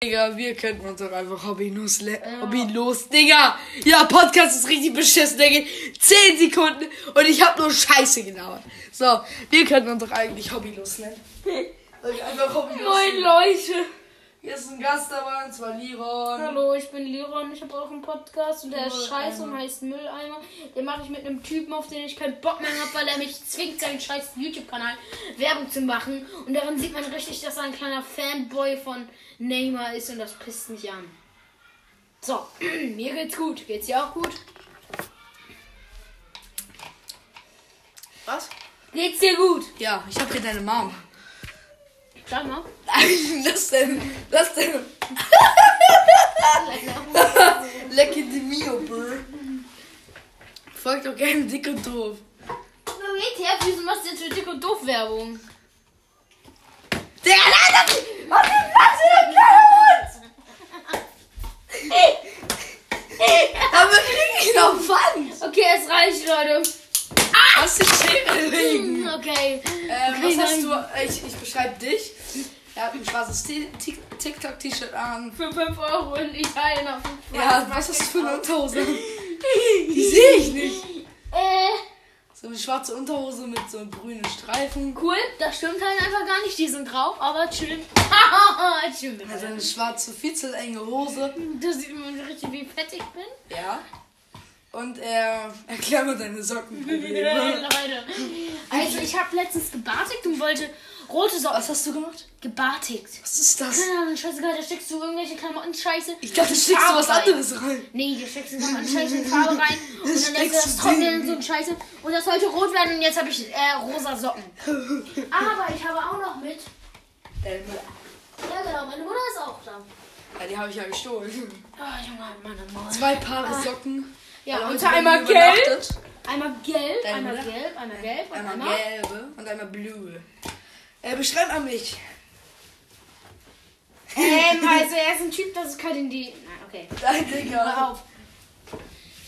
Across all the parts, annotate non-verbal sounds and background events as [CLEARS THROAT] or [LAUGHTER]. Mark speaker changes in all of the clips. Speaker 1: Digga, wir könnten uns doch einfach hobbylos, le- hobbylos, Digga. Ja, Podcast ist richtig beschissen, der geht 10 Sekunden und ich hab nur Scheiße gelabert. So, wir könnten uns doch eigentlich hobbylos
Speaker 2: [LAUGHS]
Speaker 1: nennen. Und einfach hobbylos.
Speaker 2: Moin Leute!
Speaker 1: Hier ist ein Gast dabei, und zwar Liron.
Speaker 2: Hallo, ich bin Lira und ich habe auch einen Podcast und der ist
Speaker 1: Mülleimer.
Speaker 2: scheiße und heißt Mülleimer. Den mache ich mit einem Typen, auf den ich keinen Bock mehr habe, weil er mich zwingt, seinen scheiß YouTube-Kanal Werbung zu machen. Und daran sieht man richtig, dass er ein kleiner Fanboy von Neymar ist und das pisst mich an. So, [CLEARS THROAT] mir geht's gut. Geht's dir auch gut?
Speaker 1: Was?
Speaker 2: Geht's dir gut?
Speaker 1: Ja, ich hab hier deine Mom. [LAUGHS]
Speaker 2: Schau mal.
Speaker 1: Nein, lass denn, lass denn. Lecke di mio, brr. Folgt doch gerne dick und doof.
Speaker 2: Moment her, wieso machst du jetzt für dick und doof Werbung?
Speaker 1: Digga, nein, das Was ist das für ein Chaos? Aber krieg ich noch Pfand.
Speaker 2: Okay, es reicht, Leute. [CLEARS THROAT]
Speaker 1: Was die Schere legen.
Speaker 2: Okay.
Speaker 1: Ähm,
Speaker 2: Okay,
Speaker 1: was hast
Speaker 2: nein.
Speaker 1: du? äh, Ich, ich beschreibe dich. Er hat ein schwarzes T- T- TikTok-T-Shirt an.
Speaker 2: Für 5 Euro und ich heile noch 5
Speaker 1: Ja, was hast du für eine [LAUGHS] Unterhose? Die sehe ich nicht.
Speaker 2: Äh,
Speaker 1: So eine schwarze Unterhose mit so grünen Streifen.
Speaker 2: cool, das stimmt halt einfach gar nicht. Die sind grau, aber chill. [LAUGHS] chill
Speaker 1: Er hat
Speaker 2: bitte.
Speaker 1: eine schwarze, fitzelenge Hose.
Speaker 2: Da sieht man richtig, wie fett ich bin.
Speaker 1: Ja. Und er erklär mir deine Sockenprobleme.
Speaker 2: [LAUGHS] Leute. Also, ich habe letztens gebartigt und wollte rote Socken.
Speaker 1: Was hast du gemacht?
Speaker 2: Gebartigt.
Speaker 1: Was ist das?
Speaker 2: Keine Ahnung, scheißegal, da steckst du irgendwelche Klamotten Scheiße.
Speaker 1: Ich dachte, du schickst du was anderes rein.
Speaker 2: Nee, die steckst du nochmal
Speaker 1: [LAUGHS]
Speaker 2: Scheiße in Farbe rein und dann lässt du
Speaker 1: steckst
Speaker 2: das
Speaker 1: du
Speaker 2: trocknen
Speaker 1: Ding.
Speaker 2: und so ein Scheiße. Und das sollte rot werden und jetzt habe ich äh, rosa Socken. Aber ich habe auch noch mit. Ja genau, meine Mutter ist auch da.
Speaker 1: Ja, die habe ich ja gestohlen.
Speaker 2: Oh, Junge, meine Mutter.
Speaker 1: Zwei Paare Socken.
Speaker 2: Ja,
Speaker 1: Weil
Speaker 2: und
Speaker 1: heute
Speaker 2: einmal
Speaker 1: bei mir
Speaker 2: gelb.
Speaker 1: übernachtet.
Speaker 2: Einmal gelb,
Speaker 1: Deine
Speaker 2: einmal
Speaker 1: Mutter?
Speaker 2: gelb, einmal gelb und
Speaker 1: Einmal,
Speaker 2: einmal.
Speaker 1: gelbe und einmal blue. Äh, beschreib mal mich.
Speaker 2: Ähm, also er ist ein Typ, das ist kein in die. [LAUGHS] Nein, okay.
Speaker 1: Dein
Speaker 2: Hör
Speaker 1: Digga.
Speaker 2: auf.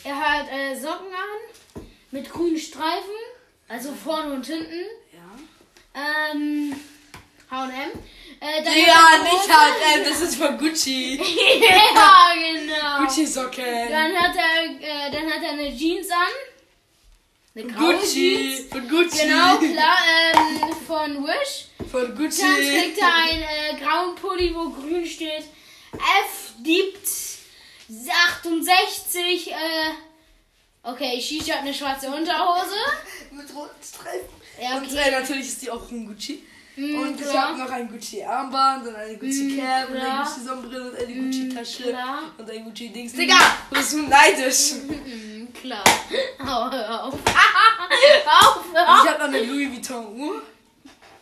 Speaker 2: Er hat äh, Socken an mit grünen Streifen, also vorne und hinten.
Speaker 1: Ja,
Speaker 2: Ähm, HM. Äh, dann hat
Speaker 1: Digga
Speaker 2: er
Speaker 1: nicht
Speaker 2: rote-
Speaker 1: hart. Äh, das ist von Gucci.
Speaker 2: [LAUGHS] ja, genau.
Speaker 1: Gucci-Socken.
Speaker 2: Dann hat er, äh, dann hat er eine Jeans an. Eine graue Jeans.
Speaker 1: Gucci. Von Gucci.
Speaker 2: Genau, klar, ähm, von Wish.
Speaker 1: Von
Speaker 2: Dann
Speaker 1: [LAUGHS]
Speaker 2: trägt
Speaker 1: Gucci.
Speaker 2: er einen äh, grauen Pulli, wo grün steht. F gibt 68. Äh, okay, Shisha hat eine schwarze Unterhose.
Speaker 1: Mit roten Streifen.
Speaker 2: Ja,
Speaker 1: Und
Speaker 2: okay.
Speaker 1: äh, natürlich ist die auch ein Gucci.
Speaker 2: Mm,
Speaker 1: Und ich
Speaker 2: klar. Mhm,
Speaker 1: habe noch ein Gucci-Armband und eine Gucci-Cap und eine
Speaker 2: klar. Mhm,
Speaker 1: Gucci-Sonnenbrille und eine Gucci-Tasche
Speaker 2: klar.
Speaker 1: und ein Gucci-Dings. Digga, du bist so neidisch.
Speaker 2: Mhm, klar. Hau, hör auf. [LAUGHS] auf, hör auf.
Speaker 1: Ich habe noch eine Louis Vuitton-Uhr.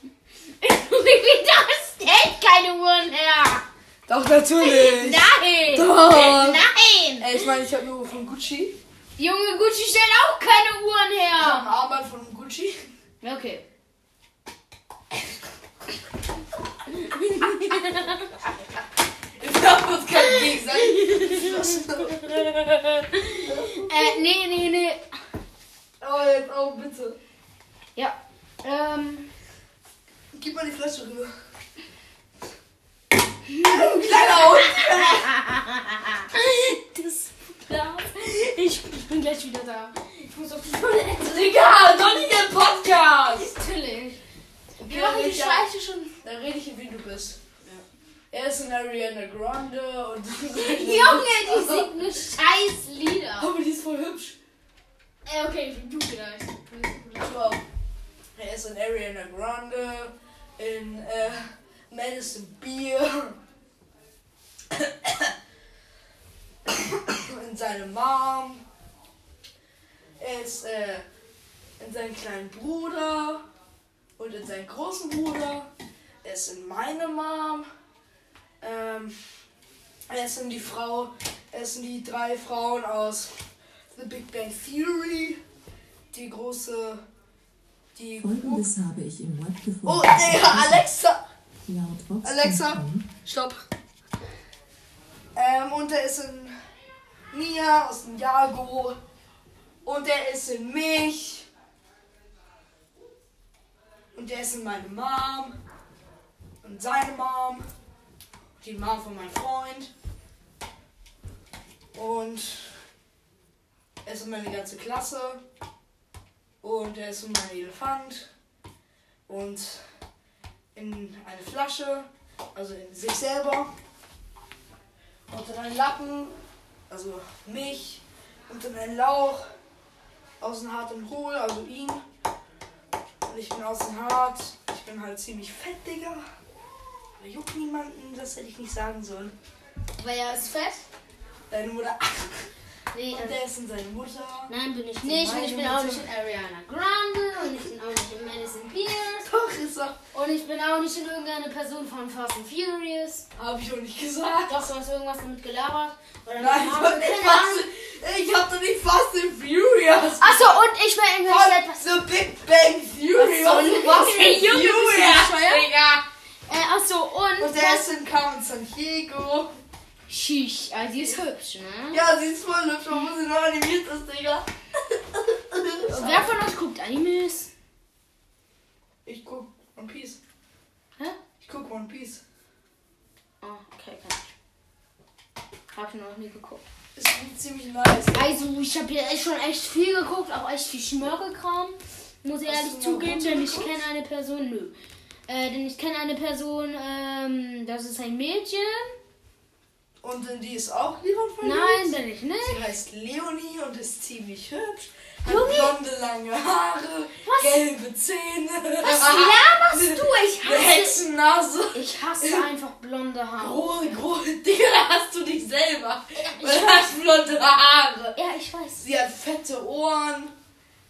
Speaker 2: [LAUGHS] Wie das hält keine Uhren her.
Speaker 1: Doch, natürlich.
Speaker 2: Nein.
Speaker 1: Äh, Doch.
Speaker 2: Nein.
Speaker 1: Ey, ich meine, ich habe eine Uhr von Gucci.
Speaker 2: Junge, Gucci stellt auch keine Uhren
Speaker 1: Ich habe ein
Speaker 2: her.
Speaker 1: Armband von Gucci.
Speaker 2: Okay. [LAUGHS] [LAUGHS]
Speaker 1: Ich glaube, uns kann gegenseitig.
Speaker 2: Äh, nee, nee, nee.
Speaker 1: Aber Oh, jetzt auch bitte.
Speaker 2: Ja. Ähm,
Speaker 1: Gib mal die Flasche rüber.
Speaker 2: Mhm.
Speaker 1: Au, Kleiner Hund.
Speaker 2: das klar. Ich, ich bin gleich wieder da. Ich muss auf die Toilette.
Speaker 1: Digga, doch nicht der Podcast.
Speaker 2: Natürlich. Wir
Speaker 1: Okay,
Speaker 2: machen die
Speaker 1: Richard.
Speaker 2: Scheiße schon.
Speaker 1: Dann rede ich, wie du bist. Er ist ein Ariana Grande und. [LAUGHS]
Speaker 2: Junge, die singt nur scheiß Lieder.
Speaker 1: Aber die ist voll hübsch.
Speaker 2: Äh, okay, du gleich.
Speaker 1: Wow. Er ist in Ariana Grande, in äh, Madison Beer, [COUGHS] in seine Mom, er ist äh, in seinen kleinen Bruder und in seinen großen Bruder, er ist in meine Mom, ähm, er ist in die Frau, er ist in die drei Frauen aus The Big Bang Theory, die große, die
Speaker 3: Folgendes habe ich im Web gefunden.
Speaker 1: Oh, Digga, Alexa!
Speaker 3: Laut Vox.
Speaker 1: Alexa. Stopp. Ähm, und er ist in Nia aus dem Jago. Und er ist in mich. Und er ist in meine Mom. Und seine Mom. die Mom von meinem Freund. Und es ist meine ganze Klasse. Und er ist mein Elefant. Und in eine Flasche, also in sich selber. Und in einen Lappen, also mich. Und in einen Lauch, außen hart und hohl, also ihn. Und ich bin außen hart. Ich bin halt ziemlich fett, Digga. Aber juckt niemanden, das hätte ich nicht sagen sollen.
Speaker 2: Weil er ist fett.
Speaker 1: Deine Mutter.
Speaker 2: Nee, äh,
Speaker 1: Und der ist in seine Mutter.
Speaker 2: Nein, bin ich nicht. Und ich bin auch nicht in Ariana Grande. Und ich bin auch nicht in Madison Beers.
Speaker 1: Doch, ist doch.
Speaker 2: Und ich bin auch nicht in irgendeine Person von Fast and Furious.
Speaker 1: Hab ich auch nicht gesagt.
Speaker 2: Doch, du hast irgendwas damit gelabert. Oder mit
Speaker 1: Nein, ich
Speaker 2: Marvel,
Speaker 1: hab nicht
Speaker 2: keine Ahnung.
Speaker 1: Fast, ich hab doch nicht Fast and Furious.
Speaker 2: Achso, und ich bin in
Speaker 1: Von
Speaker 2: etwas.
Speaker 1: The Big Bang Furious. Fast and Furious.
Speaker 2: Digga. Äh, achso, und.
Speaker 1: Und der ist in Carmen San Diego.
Speaker 2: Sheesh, also die ist hübsch, ne?
Speaker 1: Ja, sie ist voll hübsch, obwohl sie noch animiert ist, Digga.
Speaker 2: Und wer von euch guckt Animes?
Speaker 1: Ich guck One Piece.
Speaker 2: Hä?
Speaker 1: Ich guck One Piece.
Speaker 2: Oh, okay, kann ich. Hab ich noch nie geguckt.
Speaker 1: Ist ziemlich nice.
Speaker 2: Also, ich habe hier echt schon echt viel geguckt, auch echt viel Schmörgelkram. Muss ich
Speaker 1: Hast
Speaker 2: ehrlich
Speaker 1: du Naruto
Speaker 2: zugeben, denn ich
Speaker 1: geguckt?
Speaker 2: kenne eine Person, nö. Äh, denn ich kenne eine Person, ähm, das ist ein Mädchen.
Speaker 1: Und in die ist auch jemand von
Speaker 2: Nein, bin ich nicht.
Speaker 1: Sie heißt Leonie und ist ziemlich hübsch. Hat
Speaker 2: Junge!
Speaker 1: blonde, lange Haare,
Speaker 2: Was?
Speaker 1: gelbe Zähne. [LAUGHS]
Speaker 2: Was laberst du? Ich
Speaker 1: Eine
Speaker 2: hasse,
Speaker 1: Hexennase.
Speaker 2: ich hasse einfach blonde Haare.
Speaker 1: Grohe, grohe Dinger hast du dich selber.
Speaker 2: ich
Speaker 1: Weil du hast blonde Haare.
Speaker 2: Ja, ich weiß.
Speaker 1: Sie hat fette Ohren.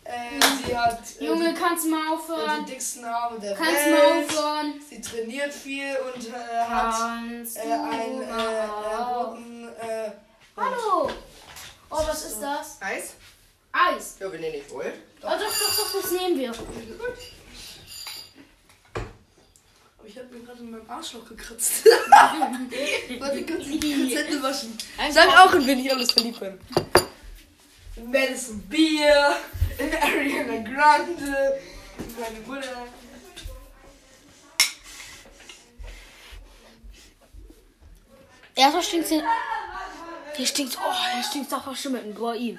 Speaker 1: Äh, sie hat äh,
Speaker 2: Junge, kannst du mal
Speaker 1: die, äh,
Speaker 2: aufhören?
Speaker 1: die dicksten Arme der
Speaker 2: Kannst du mal
Speaker 1: Welt.
Speaker 2: aufhören?
Speaker 1: Sie trainiert viel und äh, hat
Speaker 2: Kannst
Speaker 1: äh,
Speaker 2: du
Speaker 1: einen äh, äh,
Speaker 2: mal.
Speaker 1: roten äh,
Speaker 2: Hallo! Oh, was ist das?
Speaker 4: Eis?
Speaker 2: Eis.
Speaker 4: Ja, wenn ihr nicht wollt.
Speaker 2: Oh, doch, doch, doch, das nehmen wir.
Speaker 1: Aber ich habe mir gerade in meinem Arschloch [LAUGHS] gekratzt. Warte, kurz kurz Hände waschen. Sag auch, in wen ich alles verliebt bin. In Madison Beer, in Ariana Grande, in meine Mutter.
Speaker 2: Erstmal stinkt's hier. Hier stinkt's. Oh, hier stinkt's nach verschimmelten Guain.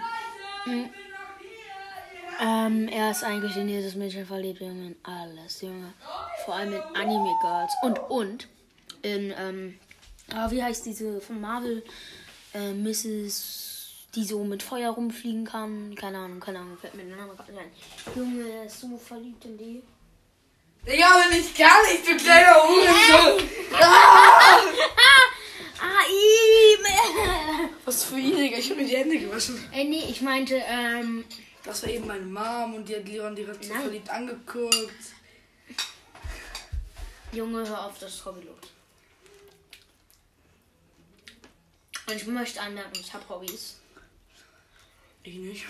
Speaker 2: Mhm. Ähm, er ist eigentlich in dieses Mädchen verliebt, Junge. In alles, Junge. Vor allem in Anime Girls. Und, und. In, ähm. ah, wie heißt diese von Marvel? Äh, Mrs. Die so mit Feuer rumfliegen kann. Keine Ahnung, keine Ahnung. Fällt mir der Name gerade nicht ein. Junge, er ist so verliebt in die.
Speaker 1: Digga, bin ich gar nicht, du kleiner Hurensohn.
Speaker 2: Ah, ihm!
Speaker 1: Was für ihn, Digga? Ich habe mir die Hände gewaschen.
Speaker 2: [LAUGHS] äh, nee, ich meinte, ähm.
Speaker 1: Das war eben meine Mom und die hat Leon direkt so
Speaker 2: Nein.
Speaker 1: verliebt angeguckt.
Speaker 2: Junge, hör auf, das ist hobbylos. Und ich möchte anmerken, ich habe Hobbys.
Speaker 1: Ich nicht.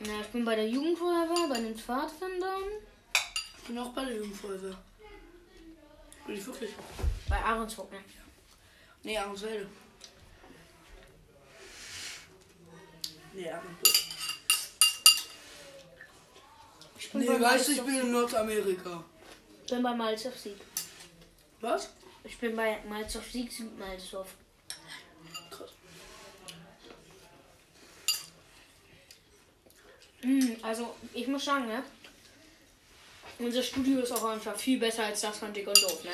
Speaker 2: Na, ich bin bei der Jugendfeuerwehr, bei den Pfadfindern,
Speaker 1: Ich bin auch bei der Jugendfolge. Bin ich wirklich?
Speaker 2: bei ne? Ahrenshocken.
Speaker 1: Nee, Ahrensfelde. Nee, Ahrensfelde.
Speaker 2: Ich bin,
Speaker 1: Nee,
Speaker 2: bei
Speaker 1: weißt du, ich
Speaker 2: Malz-
Speaker 1: bin in Nordamerika.
Speaker 2: ich bin bei Malzow Sieg.
Speaker 1: Was?
Speaker 2: Ich bin bei Malzow Sieg, Sieg Malzow.
Speaker 1: Krass.
Speaker 2: Hm, also, ich muss sagen, ne? Unser Studio ist auch einfach viel besser als das von Dick und Doof, ne?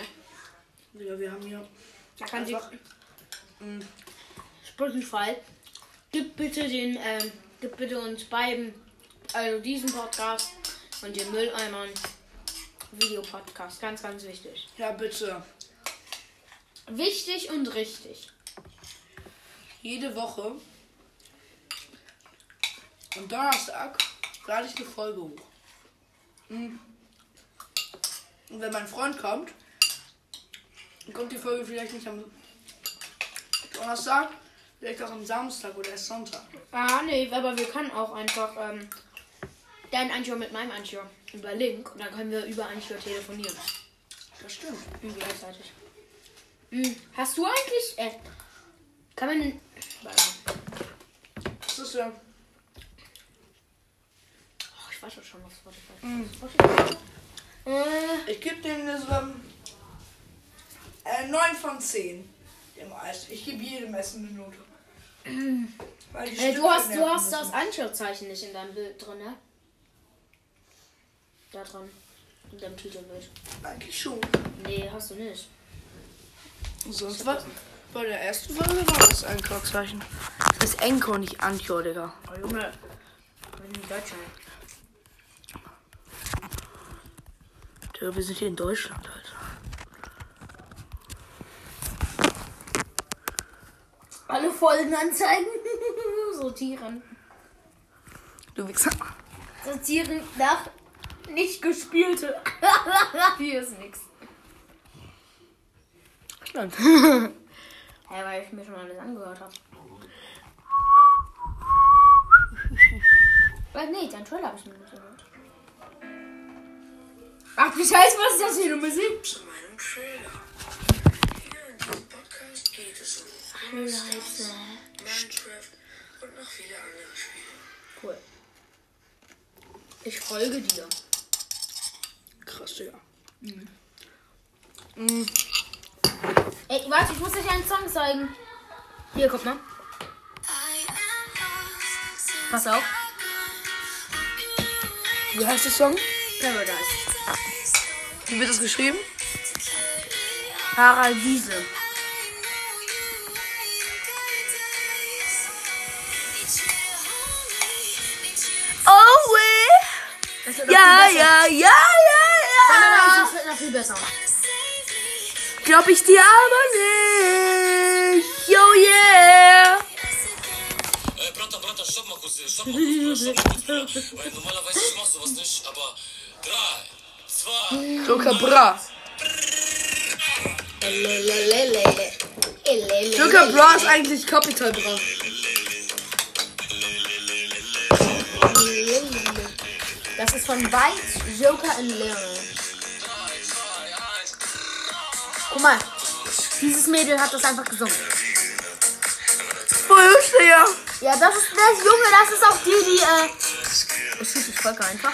Speaker 1: Digga, wir haben hier.
Speaker 2: Da kann sie.
Speaker 1: Einfach- Mm.
Speaker 2: Spotify, gib bitte den, ähm, gib bitte uns beiden, also diesen Podcast und den Mülleimern Videopodcast. Ganz, ganz wichtig.
Speaker 1: Ja, bitte.
Speaker 2: Wichtig und richtig.
Speaker 1: Jede Woche. Am Donnerstag lade ich eine Folge hoch. Mm. Und wenn mein Freund kommt, dann kommt die Folge vielleicht nicht am Donnerstag, vielleicht auch am Samstag oder erst Sonntag.
Speaker 2: Ah, nee, aber wir können auch einfach, ähm, dein Anchor mit meinem Anchor über Link und dann können wir über Anchor telefonieren.
Speaker 1: Das stimmt.
Speaker 2: Und gleichzeitig. Hm, hast du eigentlich, äh, kann man, warte.
Speaker 1: Das ist ja.
Speaker 2: Oh, ich warte schon auf Spotify. Spotify. Mhm. Äh,
Speaker 1: Ich gebe dem so ähm, Äh, 9 von 10. Dem Eis. Ich gebe jedem Essen eine Note. Weil die
Speaker 2: Äh, du
Speaker 1: Stücke
Speaker 2: hast, du
Speaker 1: nerven
Speaker 2: hast das
Speaker 1: müssen.
Speaker 2: Anschlusszeichen nicht in deinem Bild drin, ne? Da dran. In deinem Titelbild.
Speaker 1: Eigentlich schon.
Speaker 2: Nee, hast du nicht.
Speaker 1: Sonst was? Bei der ersten Folge war das Ankorzeichen. Das ist Enko, nicht Anko, Digga.
Speaker 2: Oh, Junge. Ich bin in Deutschland.
Speaker 1: Digga, wir sind hier in Deutschland, Alter.
Speaker 2: Alle Folgen anzeigen. [LAUGHS] Sortieren.
Speaker 1: Du Wichser.
Speaker 2: Sortieren nach nicht gespielte. [LAUGHS] Hier ist nix.
Speaker 1: Stimmt.
Speaker 2: [LAUGHS] Hä, weil ich mir schon alles angehört [LAUGHS] habe. Weil Äh, nee, dein Trailer habe ich mir nicht gehört. Ach du Scheiße, was ist das hier? Du Musik?
Speaker 4: zu meinem Trailer. Hier in diesem Podcast geht es um
Speaker 2: Leute.
Speaker 4: Minecraft und noch viele andere Spiele.
Speaker 2: Cool. Ich folge dir.
Speaker 1: Krass, Digga.
Speaker 2: Ey, warte, ich muss euch einen Song zeigen. Hier, guck mal. Pass auf.
Speaker 1: Wie heißt der Song?
Speaker 2: Paradise.
Speaker 1: Wie wird das geschrieben?
Speaker 2: Paradiese.
Speaker 1: Oh, weh!
Speaker 2: Das wird noch
Speaker 1: Ja,
Speaker 2: viel besser.
Speaker 1: ja, ja, ja,
Speaker 2: Ah. Paradise,
Speaker 1: ja!
Speaker 2: das wird noch viel besser.
Speaker 1: Glaub ich dir aber nicht! Yo, yeah!
Speaker 5: Ey, Bratter, Bratter, Äh, stopp mal kurz, stopp mal kurz, stopp mal kurz, Bruder. Weil normalerweise ich mach sowas nicht, aber 3, 2,
Speaker 1: Joker Bra. Joker Bra ist eigentlich Capital Bra.
Speaker 2: Das ist von Byte, Joker und Leon. Guck mal, dieses Mädel hat das einfach gesungen.
Speaker 1: Voll lustig, ja.
Speaker 2: Ja, das ist das Junge, das ist auch die, die äh ich schieße die Folge einfach.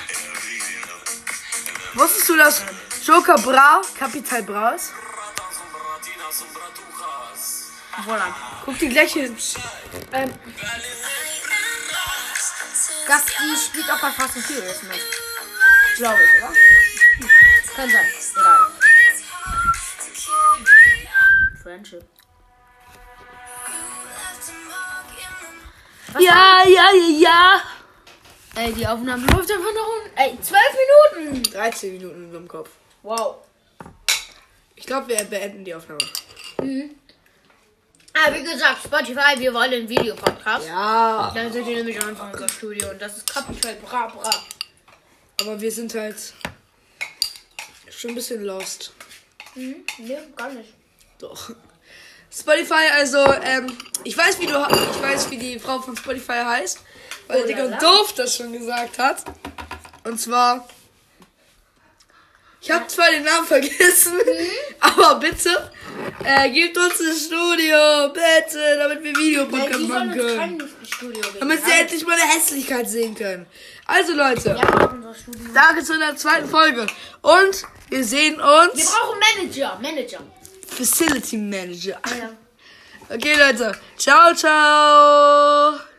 Speaker 1: Wusstest du, dass Joker Bra Capital Bra ist?
Speaker 2: Voilà.
Speaker 1: Guck die gleich hin.
Speaker 2: Ähm, das die spielt auch bei Fast and Furious mit. Glaube ich, oder? Hm. Kann sein. Egal. Friendship.
Speaker 1: Ja, ja, ja, ja.
Speaker 2: Ey, die Aufnahme läuft einfach noch um. Ey, zwölf Minuten!
Speaker 1: 13 Minuten in meinem Kopf.
Speaker 2: Wow.
Speaker 1: Ich glaube, wir beenden die Aufnahme.
Speaker 2: Ah, wie gesagt, Spotify, wir wollen einen Videopodcast.
Speaker 1: Ja.
Speaker 2: Dann seid ihr nämlich einfach unser Studio und das ist Capital Bra Bra.
Speaker 1: Aber wir sind halt schon ein bisschen lost.
Speaker 2: Mhm. Nee, gar nicht.
Speaker 1: Doch. Spotify, also, ähm, ich weiß, wie du, ich weiß, wie die Frau von Spotify heißt, weil
Speaker 2: Oh
Speaker 1: der
Speaker 2: la la.
Speaker 1: Digga Doof das schon gesagt hat. Und zwar, ich habe zwar den Namen vergessen,
Speaker 2: Mhm.
Speaker 1: [LAUGHS] aber bitte, äh, gebt uns ein Studio, bitte, damit wir
Speaker 2: Weil die
Speaker 1: Videopodcast
Speaker 2: von
Speaker 1: machen
Speaker 2: uns
Speaker 1: können.
Speaker 2: kann nicht ins Studio gehen.
Speaker 1: Damit sie endlich meine Hässlichkeit sehen können. Also, Leute,
Speaker 2: Ja, wir haben unser Studio.
Speaker 1: danke zu der zweiten Folge. Und wir sehen
Speaker 2: Wir
Speaker 1: uns.
Speaker 2: brauchen Manager, Manager.
Speaker 1: Facility Manager.
Speaker 2: Ah, Ja.
Speaker 1: Okay, Leute. Ciao, ciao.